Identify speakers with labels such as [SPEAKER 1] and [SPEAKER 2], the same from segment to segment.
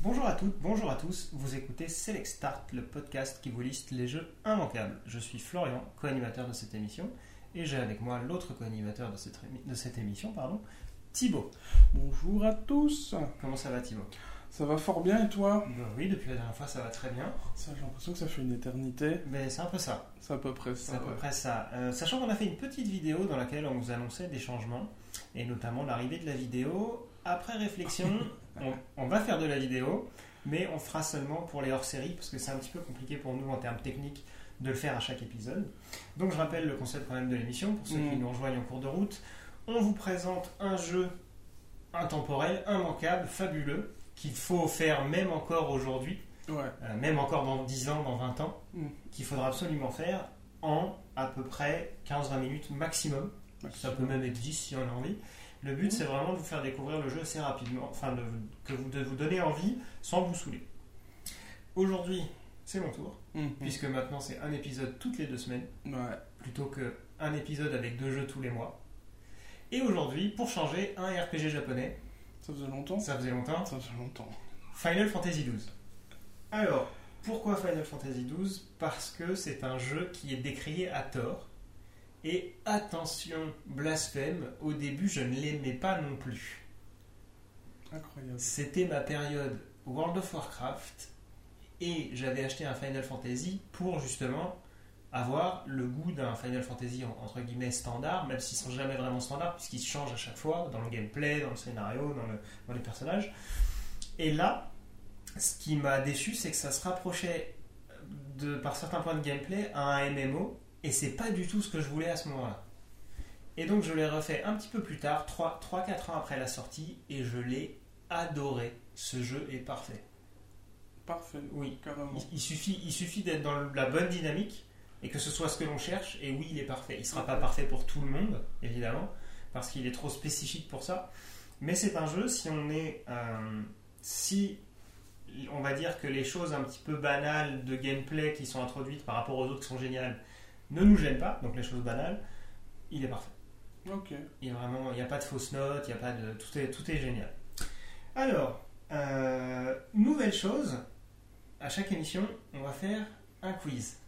[SPEAKER 1] Bonjour à toutes, bonjour à tous, vous écoutez Select Start, le podcast qui vous liste les jeux immanquables. Je suis Florian, co-animateur de cette émission, et j'ai avec moi l'autre co-animateur de cette, émi- de cette émission, pardon, Thibaut.
[SPEAKER 2] Bonjour à tous
[SPEAKER 1] Comment ça va Thibaut
[SPEAKER 2] Ça va fort bien et toi
[SPEAKER 1] Ben Oui, depuis la dernière fois ça va très bien,
[SPEAKER 2] Ça, J'ai l'impression que ça fait une éternité.
[SPEAKER 1] mais Ben, c'est un peu ça,
[SPEAKER 2] C'est à peu près ça.
[SPEAKER 1] c'est à peu
[SPEAKER 2] ah ouais.
[SPEAKER 1] près ça. Euh, sachant qu'on a fait une petite vidéo dans laquelle on vous annonçait des changements, et notamment l'arrivée de la vidéo, après réflexion, on, on va faire de la vidéo, mais on fera seulement pour les hors-séries, parce que c'est un petit peu compliqué pour nous en termes techniques de le faire à chaque épisode. Donc je rappelle le concept quand même de l'émission, pour ceux qui
[SPEAKER 2] Mm.
[SPEAKER 1] nous rejoignent en cours de route. On vous présente un jeu intemporel, immanquable, fabuleux, qu'il faut faire même encore aujourd'hui,
[SPEAKER 2] Ouais.
[SPEAKER 1] euh, même encore dans 10 ans, dans 20 ans,
[SPEAKER 2] Mm.
[SPEAKER 1] qu'il faudra absolument faire en à peu près 15-20 minutes maximum. Ça peut même être 10 si on a envie. Le but, c'est vraiment de vous faire découvrir le jeu assez rapidement, enfin de, que vous, de vous donner envie sans vous saouler. Aujourd'hui, c'est mon tour,
[SPEAKER 2] Mhm.
[SPEAKER 1] puisque maintenant c'est un épisode toutes les deux semaines,
[SPEAKER 2] Ouais.
[SPEAKER 1] plutôt que un épisode avec deux jeux tous les mois. Et aujourd'hui, pour changer, un RPG japonais,
[SPEAKER 2] Ça faisait longtemps
[SPEAKER 1] ça faisait longtemps,
[SPEAKER 2] Ça faisait longtemps.
[SPEAKER 1] Final Fantasy XII. Alors, pourquoi Final Fantasy XII Parce que c'est un jeu qui est décrié à tort. Et attention, blasphème, au début je ne l'aimais pas non plus.
[SPEAKER 2] Incroyable.
[SPEAKER 1] C'était ma période World of Warcraft et j'avais acheté un Final Fantasy pour justement avoir le goût d'un Final Fantasy en- entre guillemets standard, même s'ils sont jamais vraiment standards puisqu'ils changent à chaque fois dans le gameplay, dans le scénario, dans, le- dans les personnages. Et là, ce qui m'a déçu, c'est que ça se rapprochait de, par certains points de gameplay à un MMO et c'est pas du tout ce que je voulais à ce moment-là. Et donc je l'ai refait un petit peu plus tard, 3-4 ans après la sortie, et je l'ai adoré. Ce jeu est parfait.
[SPEAKER 2] Parfait.
[SPEAKER 1] Oui.
[SPEAKER 2] Carrément.
[SPEAKER 1] Il, il suffit, il suffit d'être dans le- la bonne dynamique et que ce soit ce que l'on cherche. Et oui, il est parfait. Il sera pas parfait pour tout le monde, évidemment, parce qu'il est trop spécifique pour ça. Mais c'est un jeu, si on est. euh, si on va dire que les choses un petit peu banales de gameplay qui sont introduites par rapport aux autres qui sont géniales ne nous gênent pas, donc les choses banales, il est parfait.
[SPEAKER 2] Ok.
[SPEAKER 1] Il n'y a vraiment, il n'y a pas de fausses notes, il y a pas de, tout est, tout est génial. Alors, euh, nouvelle chose, à chaque émission, on va faire un quiz.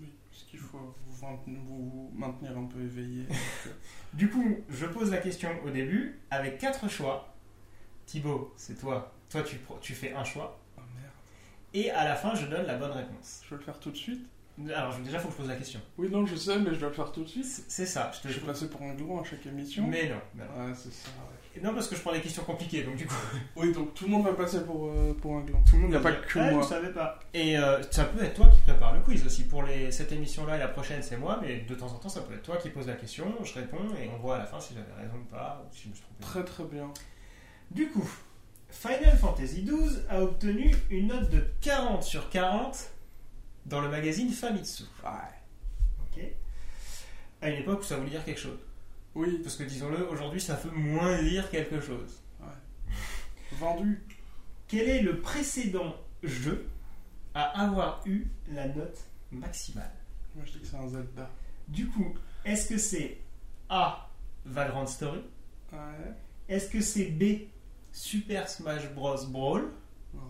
[SPEAKER 2] Oui. Parce qu'il faut vous, vin- vous maintenir un peu éveillé.
[SPEAKER 1] Du coup, je pose la question au début avec quatre choix. Thibaut, c'est toi. Toi, tu, pro- tu fais un choix.
[SPEAKER 2] oh merde.
[SPEAKER 1] Et à la fin, je donne la bonne réponse.
[SPEAKER 2] Je vais le faire tout de suite
[SPEAKER 1] Alors, je- déjà, il faut que je pose la question.
[SPEAKER 2] Oui, non, je sais, mais je dois le faire tout de suite.
[SPEAKER 1] C'est c'est ça, je te
[SPEAKER 2] Je suis passé pour un gland à chaque émission.
[SPEAKER 1] Mais non, mais non.
[SPEAKER 2] Ouais, c'est ça. ouais.
[SPEAKER 1] Et Non, parce que je prends des questions compliquées, donc du coup.
[SPEAKER 2] Oui, donc tout le monde va passer pour, euh, pour un gland.
[SPEAKER 1] Tout le monde
[SPEAKER 2] Il n'y a
[SPEAKER 1] va
[SPEAKER 2] pas
[SPEAKER 1] dire,
[SPEAKER 2] que
[SPEAKER 1] Ah,
[SPEAKER 2] moi.
[SPEAKER 1] Je savais pas. Et euh, ça peut être toi qui prépare le quiz aussi. Pour les, cette émission-là et la prochaine, c'est moi, mais de temps en temps, ça peut être toi qui pose la question, je réponds et on voit à la fin si j'avais raison ou pas, ou si je me suis trompé.
[SPEAKER 2] Très très bien.
[SPEAKER 1] Du coup, Final Fantasy XII a obtenu une note de 40 sur 40 dans le magazine Famitsu.
[SPEAKER 2] Ouais.
[SPEAKER 1] Ok. À une époque où ça voulait dire quelque chose.
[SPEAKER 2] Oui.
[SPEAKER 1] Parce que disons-le, aujourd'hui, ça peut moins dire quelque chose.
[SPEAKER 2] Vendu.
[SPEAKER 1] Quel est le précédent jeu à avoir eu la note maximale
[SPEAKER 2] Moi, je dis que c'est un Zelda.
[SPEAKER 1] Du coup, est-ce que c'est A. Valorant Story
[SPEAKER 2] Ouais.
[SPEAKER 1] Est-ce que c'est B. Super Smash Bros. Brawl
[SPEAKER 2] Non.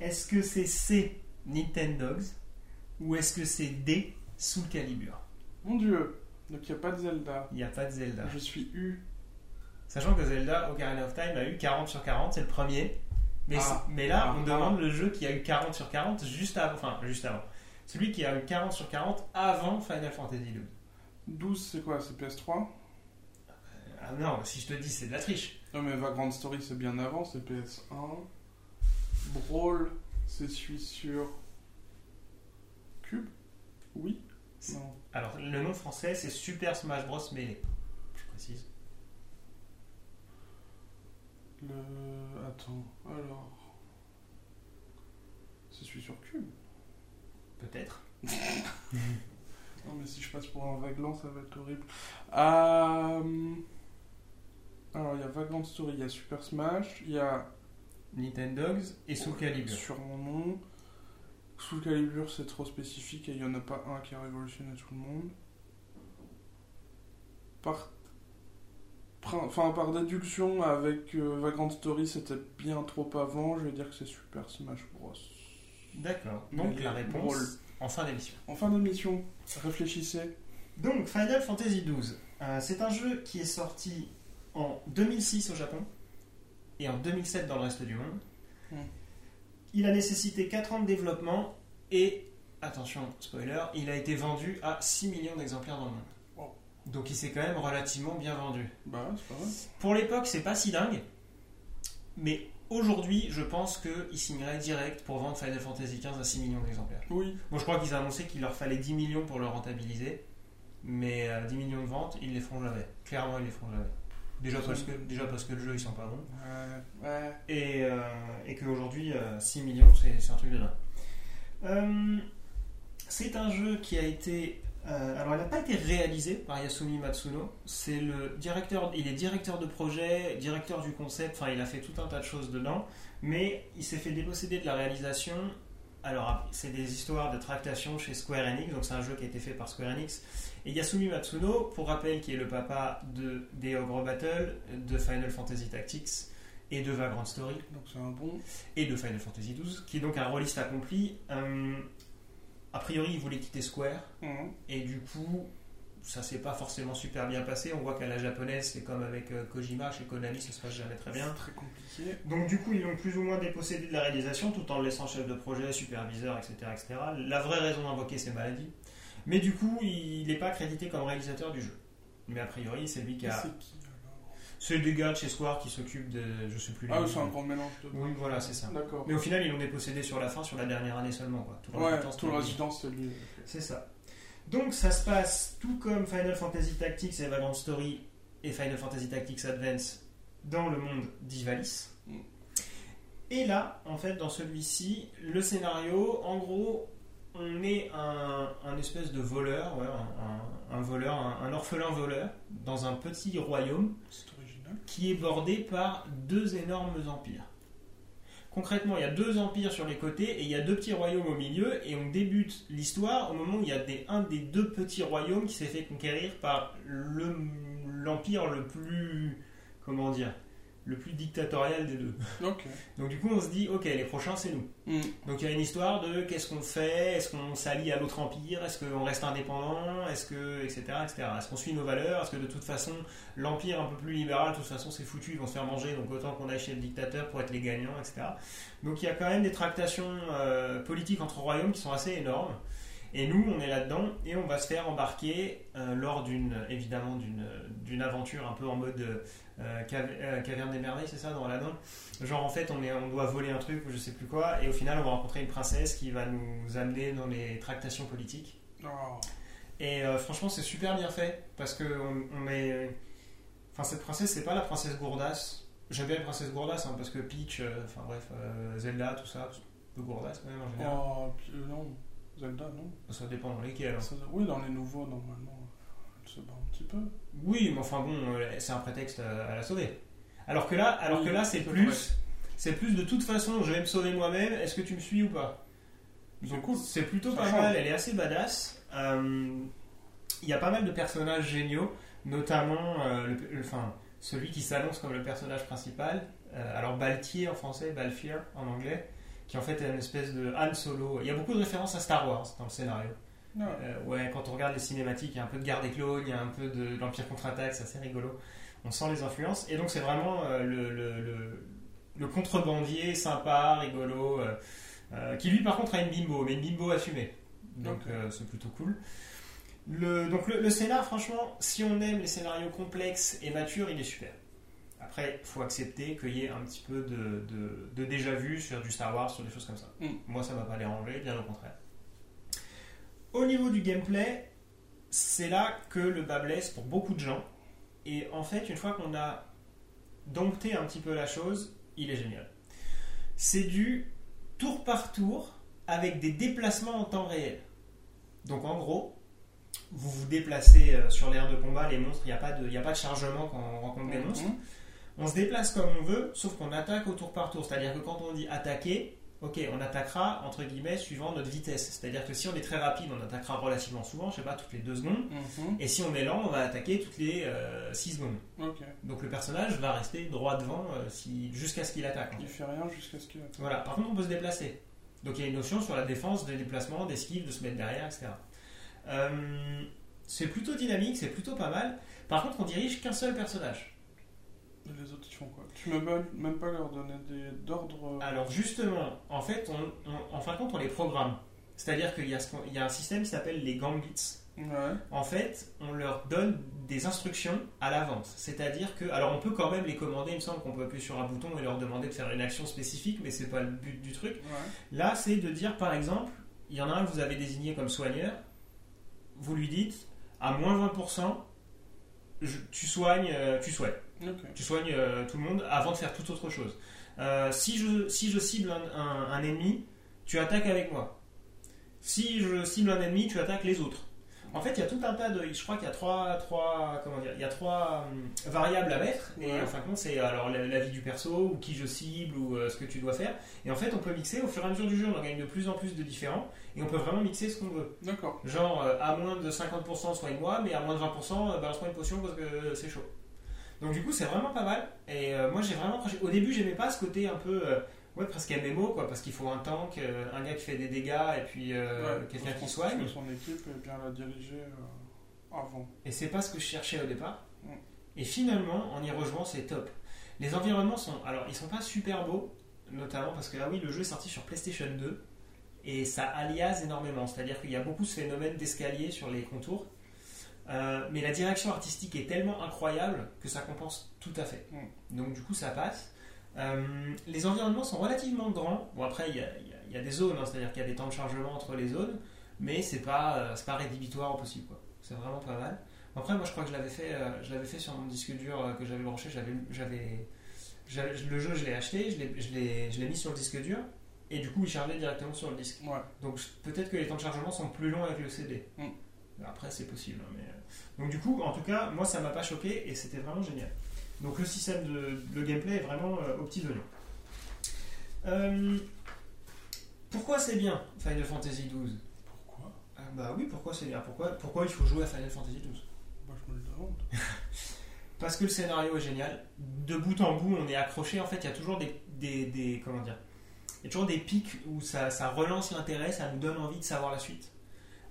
[SPEAKER 1] Est-ce que c'est C. Nintendogs Ou est-ce que c'est D. Soul Calibur
[SPEAKER 2] Mon dieu, donc il n'y a pas de Zelda.
[SPEAKER 1] Il n'y a pas de Zelda.
[SPEAKER 2] Je suis U.
[SPEAKER 1] Sachant que Zelda Ocarina of Time a eu 40 sur 40, c'est le premier. Mais,
[SPEAKER 2] Ah.
[SPEAKER 1] mais là,
[SPEAKER 2] Ah.
[SPEAKER 1] on demande le jeu qui a eu 40 sur 40 juste avant. Enfin, juste avant. Celui qui a eu 40 sur 40 avant Final Fantasy II.
[SPEAKER 2] 12, c'est quoi C'est PS3
[SPEAKER 1] Ah non, si je te dis, c'est de la triche.
[SPEAKER 2] Non, mais Vagrant Story, c'est bien avant, c'est PS1. Brawl, c'est celui sur. Cube Oui Non.
[SPEAKER 1] Alors, le nom français, c'est Super Smash Bros. Melee. Je précise.
[SPEAKER 2] Le. Attends, alors. C'est celui sur Cube
[SPEAKER 1] Peut-être.
[SPEAKER 2] Non, mais si je passe pour un Vaglant, ça va être horrible. Euh, Alors, il y a Vaglant Story, il y a Super Smash, il y a
[SPEAKER 1] Nintendogs et Soul Calibur.
[SPEAKER 2] Sur mon nom. Soul Calibur, c'est trop spécifique et il n'y en a pas un qui a révolutionné tout le monde. Par... prin- Enfin, par déduction, avec euh, Vagrant Story, c'était bien trop avant. Je vais dire que c'est Super Smash Bros.
[SPEAKER 1] D'accord. Donc
[SPEAKER 2] Mais
[SPEAKER 1] la réponse
[SPEAKER 2] drôle.
[SPEAKER 1] en fin d'émission.
[SPEAKER 2] En fin d'émission, réfléchissez.
[SPEAKER 1] Donc Final Fantasy XII, euh, c'est un jeu qui est sorti en 2006 au Japon et en 2007 dans le reste du monde.
[SPEAKER 2] Mm.
[SPEAKER 1] Il a nécessité 4 ans de développement et, attention, spoiler, il a été vendu à 6 millions d'exemplaires dans le monde.
[SPEAKER 2] Wow.
[SPEAKER 1] Donc il s'est quand même relativement bien vendu.
[SPEAKER 2] Bah, ouais, c'est pas mal.
[SPEAKER 1] Pour l'époque, c'est pas si dingue, mais aujourd'hui, je pense qu'il signerait direct pour vendre Final Fantasy XV à 6 millions d'exemplaires.
[SPEAKER 2] Oui,
[SPEAKER 1] Bon, je crois qu'ils annonçaient qu'il leur fallait 10 millions pour le rentabiliser, mais euh, 10 millions de ventes, ils les feront jamais. Clairement, ils les feront jamais. Déjà parce que, déjà parce que le jeu, ils sont pas bons.
[SPEAKER 2] ouais, ouais.
[SPEAKER 1] Et, euh, et qu'aujourd'hui, euh, 6 millions, c'est c'est un truc de dingue. Euh, c'est un jeu qui a été. euh, alors, il n'a pas été réalisé par Yasumi Matsuno. C'est le directeur. Il est directeur de projet, directeur du concept. Enfin, il a fait tout un tas de choses dedans. Mais il s'est fait déposséder de la réalisation. Alors, c'est des histoires de tractation chez Square Enix. Donc, c'est un jeu qui a été fait par Square Enix. Et Yasumi Matsuno, pour rappel, qui est le papa de, des Ogre Battle, de Final Fantasy Tactics et de Vagrant Story
[SPEAKER 2] Donc, c'est un bon.
[SPEAKER 1] et de Final Fantasy XII, qui est donc un rôliste accompli. Euh, a priori, il voulait quitter Square,
[SPEAKER 2] Mhm.
[SPEAKER 1] et du coup, ça s'est pas forcément super bien passé. On voit qu'à la japonaise, c'est comme avec euh, Kojima, chez Konami, ça se passe jamais très bien.
[SPEAKER 2] C'est très compliqué.
[SPEAKER 1] Donc du coup, ils l'ont plus ou moins dépossédé de la réalisation, tout en le laissant chef de projet, superviseur, etc. etc. La vraie raison d'invoquer ces maladies. Mais du coup, il n'est pas crédité comme réalisateur du jeu. Mais a priori, c'est lui qui
[SPEAKER 2] Et
[SPEAKER 1] a...
[SPEAKER 2] C'est qui alors
[SPEAKER 1] C'est des gars de chez Square qui s'occupe de... Je sais plus les
[SPEAKER 2] Ah,
[SPEAKER 1] noms.
[SPEAKER 2] oui, c'est un grand mélange de.
[SPEAKER 1] Oui, voilà, c'est ça.
[SPEAKER 2] D'accord.
[SPEAKER 1] Mais au final, ils l'ont dépossédé sur la fin, sur la dernière année seulement. Quoi. Tout le
[SPEAKER 2] Ouais,
[SPEAKER 1] reste du temps,
[SPEAKER 2] tout le
[SPEAKER 1] c'était lui.
[SPEAKER 2] résident, c'est lui.
[SPEAKER 1] C'est ça. Donc, ça se passe tout comme Final Fantasy Tactics et Vagrant Story et Final Fantasy Tactics Advance dans le monde d'Ivalis.
[SPEAKER 2] Mm.
[SPEAKER 1] Et là, en fait, dans celui-ci, le scénario, en gros, on est un, un espèce de voleur, ouais, un, un- un voleur, un- un orphelin voleur, dans un petit royaume
[SPEAKER 2] C'est original.
[SPEAKER 1] qui est bordé par deux énormes empires. Concrètement, il y a deux empires sur les côtés et il y a deux petits royaumes au milieu et on débute l'histoire au moment où il y a des, un des deux petits royaumes qui s'est fait conquérir par le- l'empire le, plus comment dire le plus dictatorial des deux.
[SPEAKER 2] Ok.
[SPEAKER 1] Donc du coup, on se dit ok, les prochains c'est nous.
[SPEAKER 2] Mhm.
[SPEAKER 1] Donc il y a une histoire de qu'est-ce qu'on fait, est-ce qu'on s'allie à l'autre empire, est-ce qu'on reste indépendant, est-ce que etc etc. Est-ce qu'on suit nos valeurs, est-ce que de toute façon l'empire un peu plus libéral, de toute façon c'est foutu, ils vont se faire manger, donc autant qu'on aille chez le dictateur pour être les gagnants etc. Donc il y a quand même des tractations euh, politiques entre royaumes qui sont assez énormes. Et nous, on est là-dedans et on va se faire embarquer euh, lors d'une, évidemment, d'une, d'une aventure un peu en mode euh, cave- euh, caverne des merveilles, c'est ça, dans Aladdin. Genre en fait on, est, on doit voler un truc ou je sais plus quoi et au final on va rencontrer une princesse qui va nous amener dans les tractations politiques.
[SPEAKER 2] Oh.
[SPEAKER 1] Et euh, franchement c'est super bien fait parce que on, on est... Enfin cette princesse c'est pas la princesse Gourdas. J'aime bien la princesse Gourdas hein, parce que Peach, euh, enfin bref, euh, Zelda, tout ça, c'est un peu Gourdas quand même en général.
[SPEAKER 2] Oh, puis, euh, non. Zelda, non.
[SPEAKER 1] Ça dépend dans lesquels. hein.
[SPEAKER 2] Ça- oui, dans les nouveaux, normalement, elle se bat un petit peu.
[SPEAKER 1] Oui mais enfin bon euh, c'est un prétexte à, à la sauver. Alors que là, alors
[SPEAKER 2] Oui,
[SPEAKER 1] que là c'est
[SPEAKER 2] c'est vrai.
[SPEAKER 1] plus... C'est plus de toute façon je vais me sauver moi-même, est-ce que tu me suis ou pas
[SPEAKER 2] C'est
[SPEAKER 1] Donc,
[SPEAKER 2] cool.
[SPEAKER 1] C'est plutôt
[SPEAKER 2] Ça
[SPEAKER 1] pas
[SPEAKER 2] change.
[SPEAKER 1] mal, elle est assez badass. Euh, Il y a pas mal de personnages géniaux, notamment euh, le, le- enfin, celui qui s'annonce comme le personnage principal. euh, alors Baltier en français, Balfier en anglais, qui en fait est une espèce de Han Solo. Il y a beaucoup de références à Star Wars dans le scénario.
[SPEAKER 2] Non.
[SPEAKER 1] Euh, ouais, quand on regarde les cinématiques, il y a un peu de Guerre des Clones, il y a un peu de l'Empire contre-attaque, c'est assez rigolo. On sent les influences. Et donc, c'est vraiment euh, le, le- le- le contrebandier sympa, rigolo, euh, euh, qui lui, par contre, a une bimbo, mais une bimbo assumée. Donc,
[SPEAKER 2] Ok.
[SPEAKER 1] euh, c'est plutôt cool. Le, donc, le, le scénar, franchement, si on aime les scénarios complexes et matures, il est super. Après, faut accepter qu'il y ait un petit peu de, de- de déjà-vu sur du Star Wars, sur des choses comme ça.
[SPEAKER 2] Mm.
[SPEAKER 1] Moi, ça m'a pas dérangé, bien au contraire. Au niveau du gameplay, c'est là que le bas blesse pour beaucoup de gens. Et en fait, une fois qu'on a dompté un petit peu la chose, il est génial. C'est du tour par tour avec des déplacements en temps réel. Donc en gros, vous vous déplacez euh, sur l'aire de combat, les monstres, il n'y a, pas de- y a pas de chargement quand on rencontre des monstres.
[SPEAKER 2] Mhm.
[SPEAKER 1] On se déplace comme on veut, sauf qu'on attaque au tour par tour. C'est-à-dire que quand on dit attaquer, ok, on attaquera entre guillemets suivant notre vitesse. C'est-à-dire que si on est très rapide, on attaquera relativement souvent, je sais pas, toutes les deux secondes.
[SPEAKER 2] Mhm.
[SPEAKER 1] Et si on est lent, on va attaquer toutes les 6 secondes.
[SPEAKER 2] Mm-hmm. Ok.
[SPEAKER 1] Donc le personnage va rester droit devant euh, si- jusqu'à ce qu'il attaque. en
[SPEAKER 2] Il
[SPEAKER 1] fait.
[SPEAKER 2] fait rien jusqu'à ce que.
[SPEAKER 1] Voilà, par contre, on peut se déplacer. Donc il y a une notion sur la défense, des déplacements, d'esquive, de se mettre derrière, etc. Euh, c'est plutôt dynamique, c'est plutôt pas mal. Par contre, on dirige qu'un seul personnage.
[SPEAKER 2] Les autres, ils font quoi Tu ne peux même pas leur donner des- d'ordre. euh,
[SPEAKER 1] Alors justement, en fait, on, on- en fin de compte, on les programme. C'est-à-dire qu'il y, a ce qu'on- il y a un système qui s'appelle les gambits.
[SPEAKER 2] Ouais.
[SPEAKER 1] En fait, on leur donne des instructions à l'avance. C'est-à-dire que, alors on peut quand même les commander. Il me semble qu'on peut appuyer sur un bouton et leur demander de faire une action spécifique, mais c'est pas le but du truc.
[SPEAKER 2] Ouais.
[SPEAKER 1] Là, c'est de dire, par exemple, il y en a un que vous avez désigné comme soigneur, vous lui dites, à moins 20%, je- tu soignes, euh, tu soignes,
[SPEAKER 2] Ok.
[SPEAKER 1] tu soignes euh, tout le monde avant de faire toute autre chose. Euh, si, je, si je cible un, un- un ennemi, tu attaques avec moi. Si je cible un ennemi, tu attaques les autres. En fait, il y a tout un tas de. Je crois qu'il y a trois, trois, comment dire, il y a trois hum, variables à mettre. Et
[SPEAKER 2] Ouais.
[SPEAKER 1] en fin de compte, c'est alors la, la vie du perso, ou qui je cible, ou euh, ce que tu dois faire. Et en fait, on peut mixer au fur et à mesure du jeu. On en gagne de plus en plus de différents. Et on peut vraiment mixer ce qu'on veut.
[SPEAKER 2] D'accord.
[SPEAKER 1] Genre, euh, à moins de 50% soigne-moi, mais à moins de 20%, euh, balance-moi une potion parce que euh, c'est chaud. Donc, du coup, c'est vraiment pas mal. Et euh, moi, j'ai vraiment. accroché. Au début, j'aimais pas ce côté un peu. euh, Ouais, presque MMO, quoi, parce qu'il faut un tank, euh, un gars qui fait des dégâts, et puis euh,
[SPEAKER 2] Ouais,
[SPEAKER 1] quelqu'un
[SPEAKER 2] parce
[SPEAKER 1] qui
[SPEAKER 2] que
[SPEAKER 1] soigne.
[SPEAKER 2] Son équipe est bien la diriger euh, avant.
[SPEAKER 1] Et c'est pas ce que je cherchais au départ.
[SPEAKER 2] Mm.
[SPEAKER 1] Et finalement, en y rejoignant, c'est top. Les environnements sont. Alors, ils sont pas super beaux, notamment parce que, ah oui, le jeu est sorti sur PlayStation 2 et ça aliase énormément. C'est-à-dire qu'il y a beaucoup ce phénomène d'escalier sur les contours. Euh, mais la direction artistique est tellement incroyable que ça compense tout à fait. Donc, du coup, ça passe. Euh, les environnements sont relativement grands. Bon, après, il y a, il y a- il y a des zones, hein, c'est-à-dire qu'il y a des temps de chargement entre les zones, mais c'est pas, euh, c'est pas rédhibitoire au possible. quoi. C'est vraiment pas mal. Après, moi, je crois que je l'avais fait, euh, je l'avais fait sur mon disque dur euh, que j'avais branché. J'avais, j'avais, j'avais- le jeu, je l'ai acheté, je l'ai, je l'ai- je l'ai mis sur le disque dur, et du coup, il chargeait directement sur le disque.
[SPEAKER 2] Ouais.
[SPEAKER 1] Donc, je- peut-être que les temps de chargement sont plus longs avec le CD.
[SPEAKER 2] Mm.
[SPEAKER 1] Après, c'est possible. hein, mais... euh. Donc, du coup, en tout cas, moi, ça m'a pas choqué et c'était vraiment génial. Donc, le système de le gameplay est vraiment euh, aux petits oignons. Euh, Pourquoi c'est bien Final Fantasy XII
[SPEAKER 2] Pourquoi
[SPEAKER 1] Ah Bah oui, pourquoi c'est bien pourquoi, pourquoi il faut jouer à Final Fantasy XII
[SPEAKER 2] Moi, Bah, je me le demande.
[SPEAKER 1] Parce que le scénario est génial. De bout en bout, on est accroché. En fait, il y a toujours des, des- des- comment dire Il y a toujours des pics où ça, ça relance l'intérêt, ça nous donne envie de savoir la suite.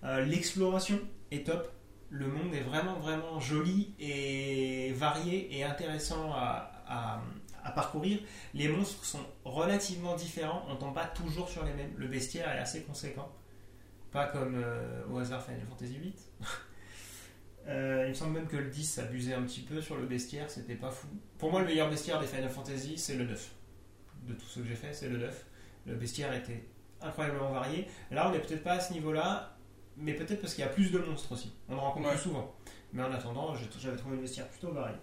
[SPEAKER 1] Euh, L'exploration est top. Le monde est vraiment vraiment joli et varié et intéressant à, à- à parcourir. Les monstres sont relativement différents. On tombe pas toujours sur les mêmes. Le bestiaire est assez conséquent. Pas comme euh, au hasard Final Fantasy VIII. Euh, il me semble même que le 10 s'abusait un petit peu sur le bestiaire, c'était pas fou. Pour moi, le meilleur bestiaire des Final Fantasy, c'est le 9. De tout ce que j'ai fait, c'est le 9. Le bestiaire était incroyablement varié. Là, on n'est peut-être pas à ce niveau-là, mais peut-être parce qu'il y a plus de monstres aussi. On en rencontre
[SPEAKER 2] Ouais.
[SPEAKER 1] plus souvent. Mais en attendant, j'ai- j'avais trouvé le bestiaire plutôt varié.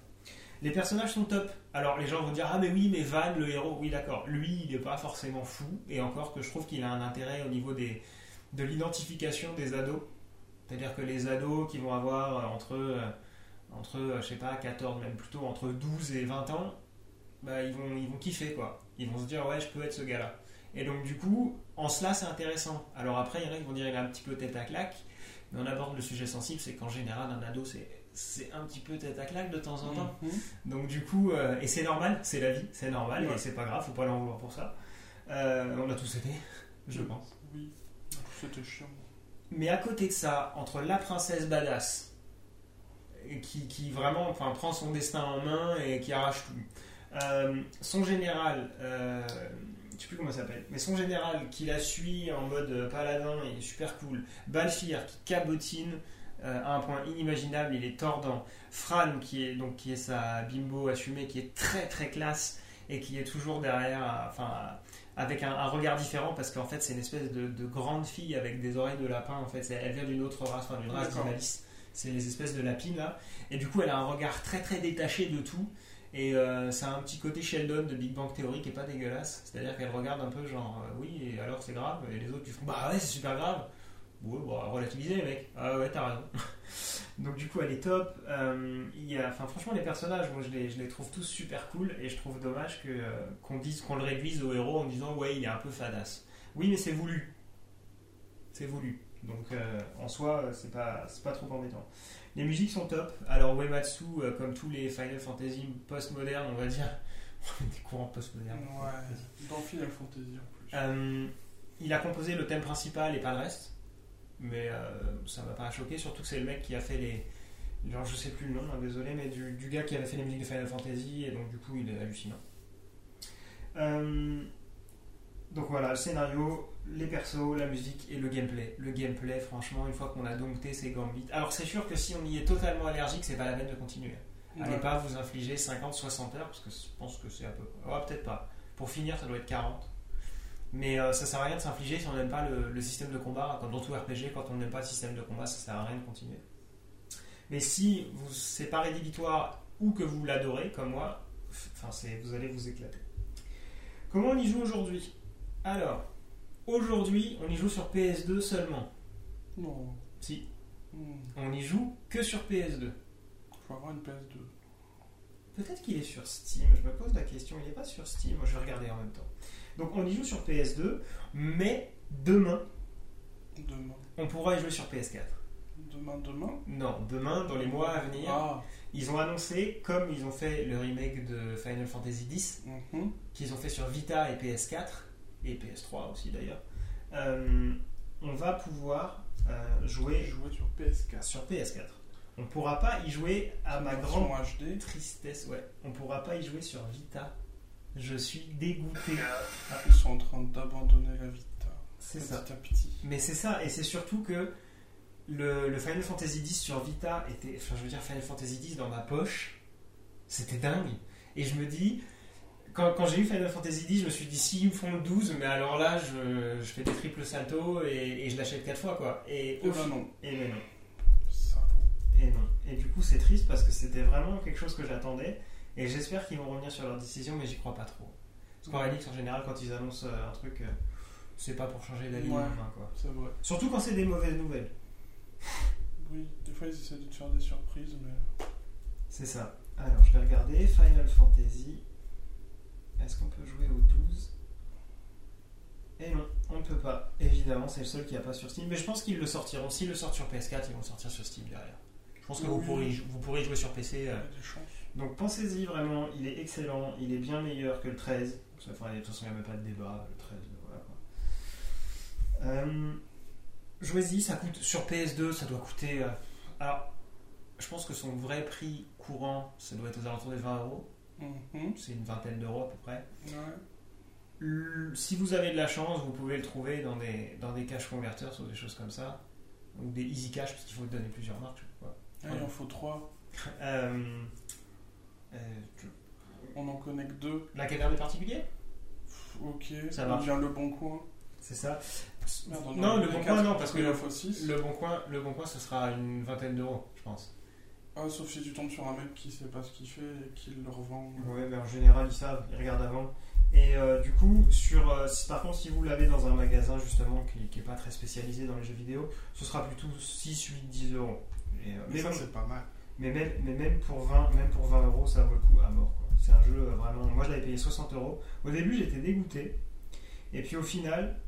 [SPEAKER 1] Les personnages sont top. Alors, les gens vont dire Ah, mais oui, mais Van, le héros, oui, d'accord. Lui, il n'est pas forcément fou, et encore que je trouve qu'il a un intérêt au niveau des, de l'identification des ados. C'est-à-dire que les ados qui vont avoir euh, entre, euh, entre euh, je sais pas, 14, même plutôt entre 12 et 20 ans, bah, ils, vont, ils vont kiffer, quoi. Ils vont se dire, ouais, je peux être ce gars-là. Et donc, du coup, en cela, c'est intéressant. Alors après, il y en a qui vont dire, il a un petit peu tête à claque, mais on aborde le sujet sensible, c'est qu'en général, un ado, c'est c'est un petit peu tête à claque de temps en temps.
[SPEAKER 2] Mhm.
[SPEAKER 1] Donc du coup, euh, et c'est normal, c'est la vie, c'est normal,
[SPEAKER 2] Ouais.
[SPEAKER 1] et c'est pas grave, faut pas l'en vouloir pour ça. Euh, on a tous été, je pense.
[SPEAKER 2] Oui. C'était chiant.
[SPEAKER 1] Mais à côté de ça, entre la princesse badass, et qui, qui vraiment enfin, prend son destin en main et qui arrache tout, euh, son général, euh, je sais plus comment il s'appelle, mais son général qui la suit en mode euh, paladin, il est super cool, Balfir qui cabotine euh, à un point inimaginable, il est tordant, Fran qui est, donc, qui est sa bimbo assumée, qui est très très classe et qui est toujours derrière, à- enfin... à- avec un, un regard différent parce qu'en fait c'est une espèce de, de grande fille avec des oreilles de lapin en fait C'est- elle vient d'une autre race enfin d'une race
[SPEAKER 2] D'accord.
[SPEAKER 1] d'Inalis c'est les espèces de lapines là et du coup elle a un regard très très détaché de tout et euh, ça a un petit côté Sheldon de Big Bang Theory qui est pas dégueulasse c'est à dire qu'elle regarde un peu genre euh, oui et alors c'est grave et les autres tu font bah ouais c'est super grave Ouais, bon, à relativiser, mec. Ah ouais, t'as raison. Donc, du coup, elle est top. Euh, il y a, enfin, franchement, les personnages, moi, je les, je les trouve tous super cool et je trouve dommage que, euh, qu'on dise, qu'on le réduise au héros en disant, ouais, il est un peu fadasse. Oui, mais c'est voulu. C'est voulu. Donc, euh, en soi, euh, c'est pas, c'est pas trop embêtant. Les musiques sont top. Alors, Uematsu, euh, comme tous les Final Fantasy post-modernes, on va dire, des courants post-modernes.
[SPEAKER 2] Ouais, dans Final Fantasy en plus.
[SPEAKER 1] Euh, il a composé le thème principal et pas le reste. Mais euh, ça m'a pas choqué, surtout que c'est le mec qui a fait les. Genre, je sais plus le nom, hein, désolé, mais du, du gars qui avait fait les musiques de Final Fantasy, et donc du coup, il est hallucinant. Euh, donc voilà, le scénario, les persos, la musique et le gameplay. Le gameplay, franchement, une fois qu'on a dompté ces gambits. Alors, c'est sûr que si on y est totalement allergique, c'est pas la peine de continuer. Allez
[SPEAKER 2] Ouais.
[SPEAKER 1] pas vous infliger 50-60 heures, parce que je pense que c'est à peu près. Ouais, peut-être pas. Pour finir, ça doit être 40. Mais euh, ça sert à rien de s'infliger si on n'aime pas le, le système de combat. Comme dans tout RPG, quand on n'aime pas le système de combat, ça sert à rien de continuer. Mais si vous c'est pas rédhibitoire ou que vous l'adorez, comme moi, f- enfin, c'est- vous allez vous éclater. Comment on y joue aujourd'hui Alors, aujourd'hui, on y joue sur PS2 seulement.
[SPEAKER 2] Non.
[SPEAKER 1] Si,
[SPEAKER 2] Hmm.
[SPEAKER 1] on y joue que sur PS2.
[SPEAKER 2] Faut avoir une PS2.
[SPEAKER 1] Peut-être qu'il est sur Steam, je me pose la question, il n'est pas sur Steam, je vais regarder en même temps. Donc on y joue sur PS2, mais demain,
[SPEAKER 2] Demain.
[SPEAKER 1] on pourra y jouer sur PS4.
[SPEAKER 2] Demain, demain
[SPEAKER 1] Non, demain, dans les mois à venir,
[SPEAKER 2] Ah.
[SPEAKER 1] ils ont annoncé, comme ils ont fait le remake de Final Fantasy X,
[SPEAKER 2] mhm.
[SPEAKER 1] qu'ils ont fait sur Vita et PS4, et PS3 aussi d'ailleurs, euh, on va pouvoir euh, jouer
[SPEAKER 2] Jouer sur PS4.
[SPEAKER 1] sur PS4. On pourra pas y jouer à Ah, ma grande
[SPEAKER 2] Version HD.
[SPEAKER 1] tristesse, ouais. On pourra pas y jouer sur Vita. Je suis dégoûté. Ah.
[SPEAKER 2] Ils sont en train d'abandonner la Vita.
[SPEAKER 1] C'est
[SPEAKER 2] Petit
[SPEAKER 1] ça.
[SPEAKER 2] à petit.
[SPEAKER 1] Mais c'est ça, et c'est surtout que le, le Final Fantasy X sur Vita était. Enfin, je veux dire, Final Fantasy X dans ma poche, c'était dingue. Et je me dis, quand, quand j'ai eu Final Fantasy X, je me suis dit, s'ils me font le 12, mais alors là, je, je fais des triples salto et, et je l'achète 4 fois, quoi. Et,
[SPEAKER 2] Oh
[SPEAKER 1] au
[SPEAKER 2] là
[SPEAKER 1] fi-
[SPEAKER 2] non.
[SPEAKER 1] et mais non.
[SPEAKER 2] Ça.
[SPEAKER 1] Et non. Et du coup, c'est triste parce que c'était vraiment quelque chose que j'attendais. Et j'espère qu'ils vont revenir sur leur décision, mais j'y crois pas trop. Square Enix, en général, quand ils annoncent euh, un truc, euh, c'est pas pour changer d'avis,
[SPEAKER 2] Ouais.
[SPEAKER 1] hein, quoi.
[SPEAKER 2] C'est vrai.
[SPEAKER 1] Surtout quand c'est des mauvaises nouvelles.
[SPEAKER 2] Oui, des fois ils essaient de te faire des surprises, mais.
[SPEAKER 1] C'est ça. Alors, je vais regarder Final Fantasy. Est-ce qu'on peut jouer au 12 Eh non, on ne peut pas. Évidemment, c'est le seul qui n'y a pas sur Steam. Mais je pense qu'ils le sortiront. S'ils le sortent sur PS4, ils vont le sortir sur Steam derrière. Je pense que vous
[SPEAKER 2] Oui.
[SPEAKER 1] pourrez, y jou- vous pourrez y jouer sur PC.
[SPEAKER 2] Il y
[SPEAKER 1] euh.
[SPEAKER 2] a des chances.
[SPEAKER 1] Donc pensez-y vraiment, il est excellent, il est bien meilleur que le 13. Ça, Enfin, de toute façon, il n'y a même pas de débat, le 13, voilà quoi. Euh, Jouez-y, ça coûte, sur PS2, ça doit coûter... euh, alors, je pense que son vrai prix courant, ça doit être aux alentours des 20 euros.
[SPEAKER 2] Mhm.
[SPEAKER 1] C'est une vingtaine d'euros à peu près.
[SPEAKER 2] Ouais.
[SPEAKER 1] Le- si vous avez de la chance, vous pouvez le trouver dans des, dans des cash converters ou des choses comme ça. Ou des easy cash, parce qu'il faut donner plusieurs marques. je sais pas.
[SPEAKER 2] Ah, il en faut trois.
[SPEAKER 1] Euh, euh, tu-
[SPEAKER 2] On en connecte deux.
[SPEAKER 1] la caverne des particuliers
[SPEAKER 2] Pff, Ok.
[SPEAKER 1] Ça
[SPEAKER 2] Ou
[SPEAKER 1] marche.
[SPEAKER 2] bien le bon coin.
[SPEAKER 1] C'est ça.
[SPEAKER 2] Merde, on en
[SPEAKER 1] non,
[SPEAKER 2] a
[SPEAKER 1] le
[SPEAKER 2] fait
[SPEAKER 1] bon
[SPEAKER 2] quatre,
[SPEAKER 1] coin, non, parce que
[SPEAKER 2] il en
[SPEAKER 1] le,
[SPEAKER 2] faut six.
[SPEAKER 1] le bon coin, le bon coin, ce sera une vingtaine d'euros, je pense.
[SPEAKER 2] Ah, sauf si tu tombes sur un mec qui sait pas ce qu'il fait et qui le revend.
[SPEAKER 1] Ouais, mais en général, ils savent, ils regardent avant. Et euh, du coup, sur, euh, si- par contre, si vous l'avez dans un magasin justement qui, qui est pas très spécialisé dans les jeux vidéo, ce sera plutôt 6, 8, 10 euros. Et, euh,
[SPEAKER 2] Mais ça,
[SPEAKER 1] bon,
[SPEAKER 2] c'est pas mal.
[SPEAKER 1] Mais même, mais même pour 20, même pour 20 euros, ça vaut le coup à mort. quoi. C'est un jeu euh, vraiment. Moi, je l'avais payé 60 euros. Au début, j'étais dégoûté. Et puis au final,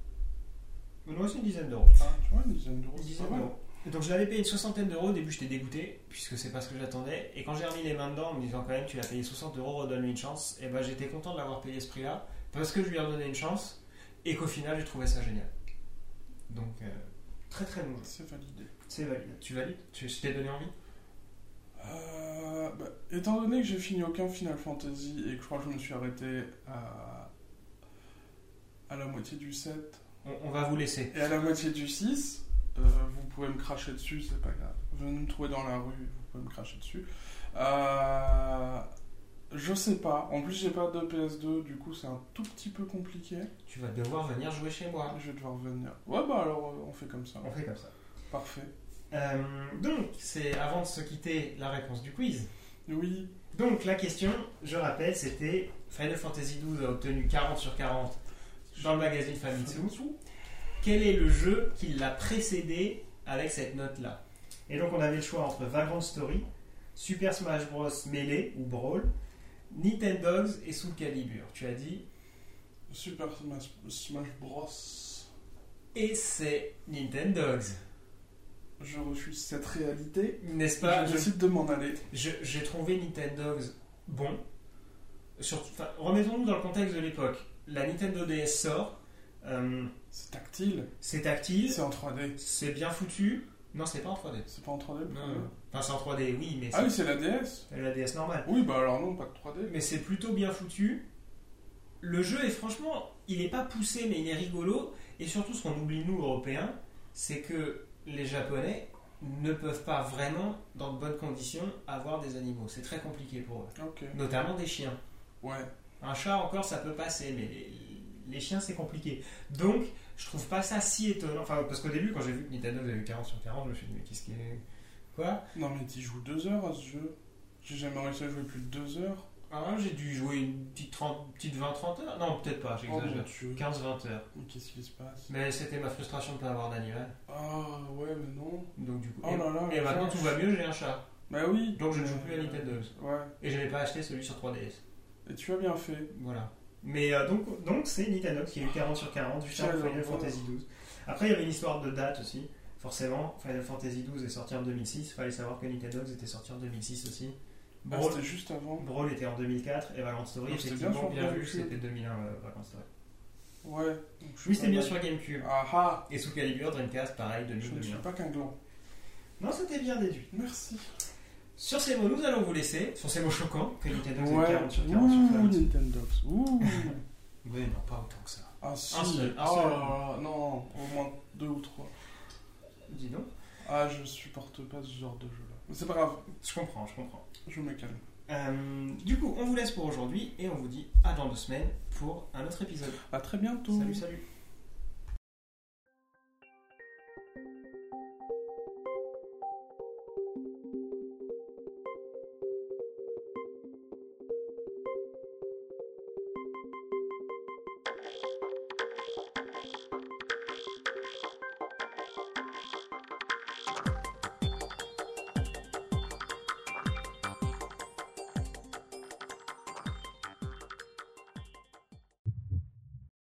[SPEAKER 1] non, c'est une dizaine d'euros.
[SPEAKER 2] Ah, tu vois, une dizaine d'euros, c'est pas
[SPEAKER 1] Dizaine
[SPEAKER 2] mal.
[SPEAKER 1] d'euros. Et Donc je l'avais payé une soixantaine d'euros, au début j'étais dégoûté, puisque c'est pas ce que j'attendais. Et quand j'ai remis les mains dedans, en me disant quand même tu l'as payé 60 euros, redonne-lui une chance, et ben j'étais content de l'avoir payé ce prix-là, parce que je lui ai redonné une chance, et qu'au final j'ai trouvé ça génial. Donc euh, très très bon jeu.
[SPEAKER 2] C'est validé.
[SPEAKER 1] C'est valide. Tu valides Tu je t'ai donné envie
[SPEAKER 2] Euh, bah, étant donné que j'ai fini aucun Final Fantasy et que je crois que je me suis arrêté à, à la moitié du 7
[SPEAKER 1] on, on va vous laisser.
[SPEAKER 2] et à la moitié du 6, euh, vous pouvez me cracher dessus, c'est pas grave. Venez me trouver dans la rue, vous pouvez me cracher dessus. Euh, je sais pas. En plus, j'ai pas de PS2, du coup, c'est un tout petit peu compliqué.
[SPEAKER 1] Tu vas devoir venir jouer chez moi.
[SPEAKER 2] Je vais devoir venir. Ouais, bah alors, euh, on fait comme ça.
[SPEAKER 1] On fait comme ça.
[SPEAKER 2] Parfait.
[SPEAKER 1] Euh, donc, c'est avant de se quitter la réponse du quiz.
[SPEAKER 2] Oui,
[SPEAKER 1] Donc la question, je rappelle, c'était Final Fantasy XII a obtenu 40 sur 40 dans le magazine Famitsu. quel est le jeu qui l'a précédé avec cette note-là. Et donc on avait le choix entre Vagrant Story, Super Smash Bros. Melee ou Brawl, Nintendogs et Soul Calibur. Tu as dit
[SPEAKER 2] Super Smash, Smash Bros.
[SPEAKER 1] Et c'est Nintendogs,
[SPEAKER 2] Je refuse cette réalité.
[SPEAKER 1] n'est-ce pas
[SPEAKER 2] je
[SPEAKER 1] Je-
[SPEAKER 2] décide de m'en aller.
[SPEAKER 1] je- J'ai trouvé Nintendogs bon. Surtout- enfin, Remettons-nous dans le contexte de l'époque. La Nintendo DS sort, euh,
[SPEAKER 2] C'est tactile.
[SPEAKER 1] c'est tactile,
[SPEAKER 2] C'est en 3D.
[SPEAKER 1] c'est bien foutu. Non, c'est pas en 3D.
[SPEAKER 2] C'est pas en 3D le
[SPEAKER 1] Non,
[SPEAKER 2] premier
[SPEAKER 1] non. Enfin, c'est en 3D, oui, mais c'est
[SPEAKER 2] Ah oui, c'est la DS.
[SPEAKER 1] la DS normale.
[SPEAKER 2] Oui, bah alors non, pas de 3D.
[SPEAKER 1] mais c'est plutôt bien foutu. Le jeu est franchement, il n'est pas poussé, mais il est rigolo. Et surtout, ce qu'on oublie, nous, Européens, c'est que les Japonais ne peuvent pas vraiment, dans de bonnes conditions, avoir des animaux. C'est très compliqué pour eux.
[SPEAKER 2] Ok.
[SPEAKER 1] Notamment des chiens.
[SPEAKER 2] Ouais.
[SPEAKER 1] Un chat, encore, ça peut passer, mais les, les chiens, c'est compliqué. Donc, je trouve pas ça si étonnant. Enfin, parce qu'au début, quand j'ai vu que Nintendo avait eu 40 sur 40, je me suis dit, mais qu'est-ce qui est. Quoi
[SPEAKER 2] Non, mais t'y joues deux heures à ce jeu. J'ai jamais réussi à jouer plus de deux heures.
[SPEAKER 1] Ah, J'ai dû jouer une petite, 30 petite 20-30 heures Non, peut-être pas,
[SPEAKER 2] Oh mon
[SPEAKER 1] j'exagère.
[SPEAKER 2] dieu.
[SPEAKER 1] 15-20 heures.
[SPEAKER 2] Mais qu'est-ce qui se passe
[SPEAKER 1] Mais c'était ma frustration de ne pas avoir d'animal.
[SPEAKER 2] Ah ouais, mais non.
[SPEAKER 1] Donc du coup.
[SPEAKER 2] Oh
[SPEAKER 1] et,
[SPEAKER 2] là là.
[SPEAKER 1] et maintenant
[SPEAKER 2] vache.
[SPEAKER 1] tout va mieux, j'ai un chat.
[SPEAKER 2] Bah oui.
[SPEAKER 1] Donc je ne joue plus à Nintendo.
[SPEAKER 2] Ouais.
[SPEAKER 1] Et je n'ai pas acheté celui sur 3DS.
[SPEAKER 2] Et tu as bien fait.
[SPEAKER 1] Voilà. Mais euh, donc donc c'est Nintendo qui a eu 40 sur 40 juste
[SPEAKER 2] Quel
[SPEAKER 1] avant Final
[SPEAKER 2] horreur.
[SPEAKER 1] Fantasy XII. Après il y avait une histoire de date aussi. Forcément, Final Fantasy XII est sorti en 2006. Fallait savoir que Nintendo était sorti en 2006 aussi.
[SPEAKER 2] Bah,
[SPEAKER 1] Brawl,
[SPEAKER 2] c'était juste avant.
[SPEAKER 1] Brawl était en 2004 et Valorant Story
[SPEAKER 2] Donc, c'était bien
[SPEAKER 1] effectivement
[SPEAKER 2] sur
[SPEAKER 1] bien, vu,
[SPEAKER 2] GameCube.
[SPEAKER 1] c'était 2001 euh, Valorant Story.
[SPEAKER 2] Ouais. Donc, je suis
[SPEAKER 1] Oui c'était
[SPEAKER 2] pas
[SPEAKER 1] bien
[SPEAKER 2] mal.
[SPEAKER 1] sur GameCube.
[SPEAKER 2] Ah ah.
[SPEAKER 1] Et sous Calibur, Dreamcast, pareil,
[SPEAKER 2] Je ne suis
[SPEAKER 1] 2000-2001.
[SPEAKER 2] pas qu'un gland.
[SPEAKER 1] Non c'était bien déduit.
[SPEAKER 2] Merci.
[SPEAKER 1] Sur ces mots, nous allons vous laisser. Sur ces mots choquants, que Nintendo vous a
[SPEAKER 2] Ouais.
[SPEAKER 1] 40 sur 40 sur
[SPEAKER 2] Ouh,
[SPEAKER 1] 40.
[SPEAKER 2] Nintendo. Ouh.
[SPEAKER 1] Oui, non, pas autant que ça.
[SPEAKER 2] Ah si.
[SPEAKER 1] Un seul, un
[SPEAKER 2] Oh
[SPEAKER 1] seul.
[SPEAKER 2] là là, non, au moins deux ou trois.
[SPEAKER 1] Dis donc.
[SPEAKER 2] Ah, je supporte pas ce genre de jeu là. Mais c'est pas grave,
[SPEAKER 1] Je comprends, je comprends.
[SPEAKER 2] je me calme.
[SPEAKER 1] Euh, du coup, on vous laisse pour aujourd'hui et on vous dit à dans deux semaines pour un autre épisode.
[SPEAKER 2] À très bientôt.
[SPEAKER 1] Salut, salut.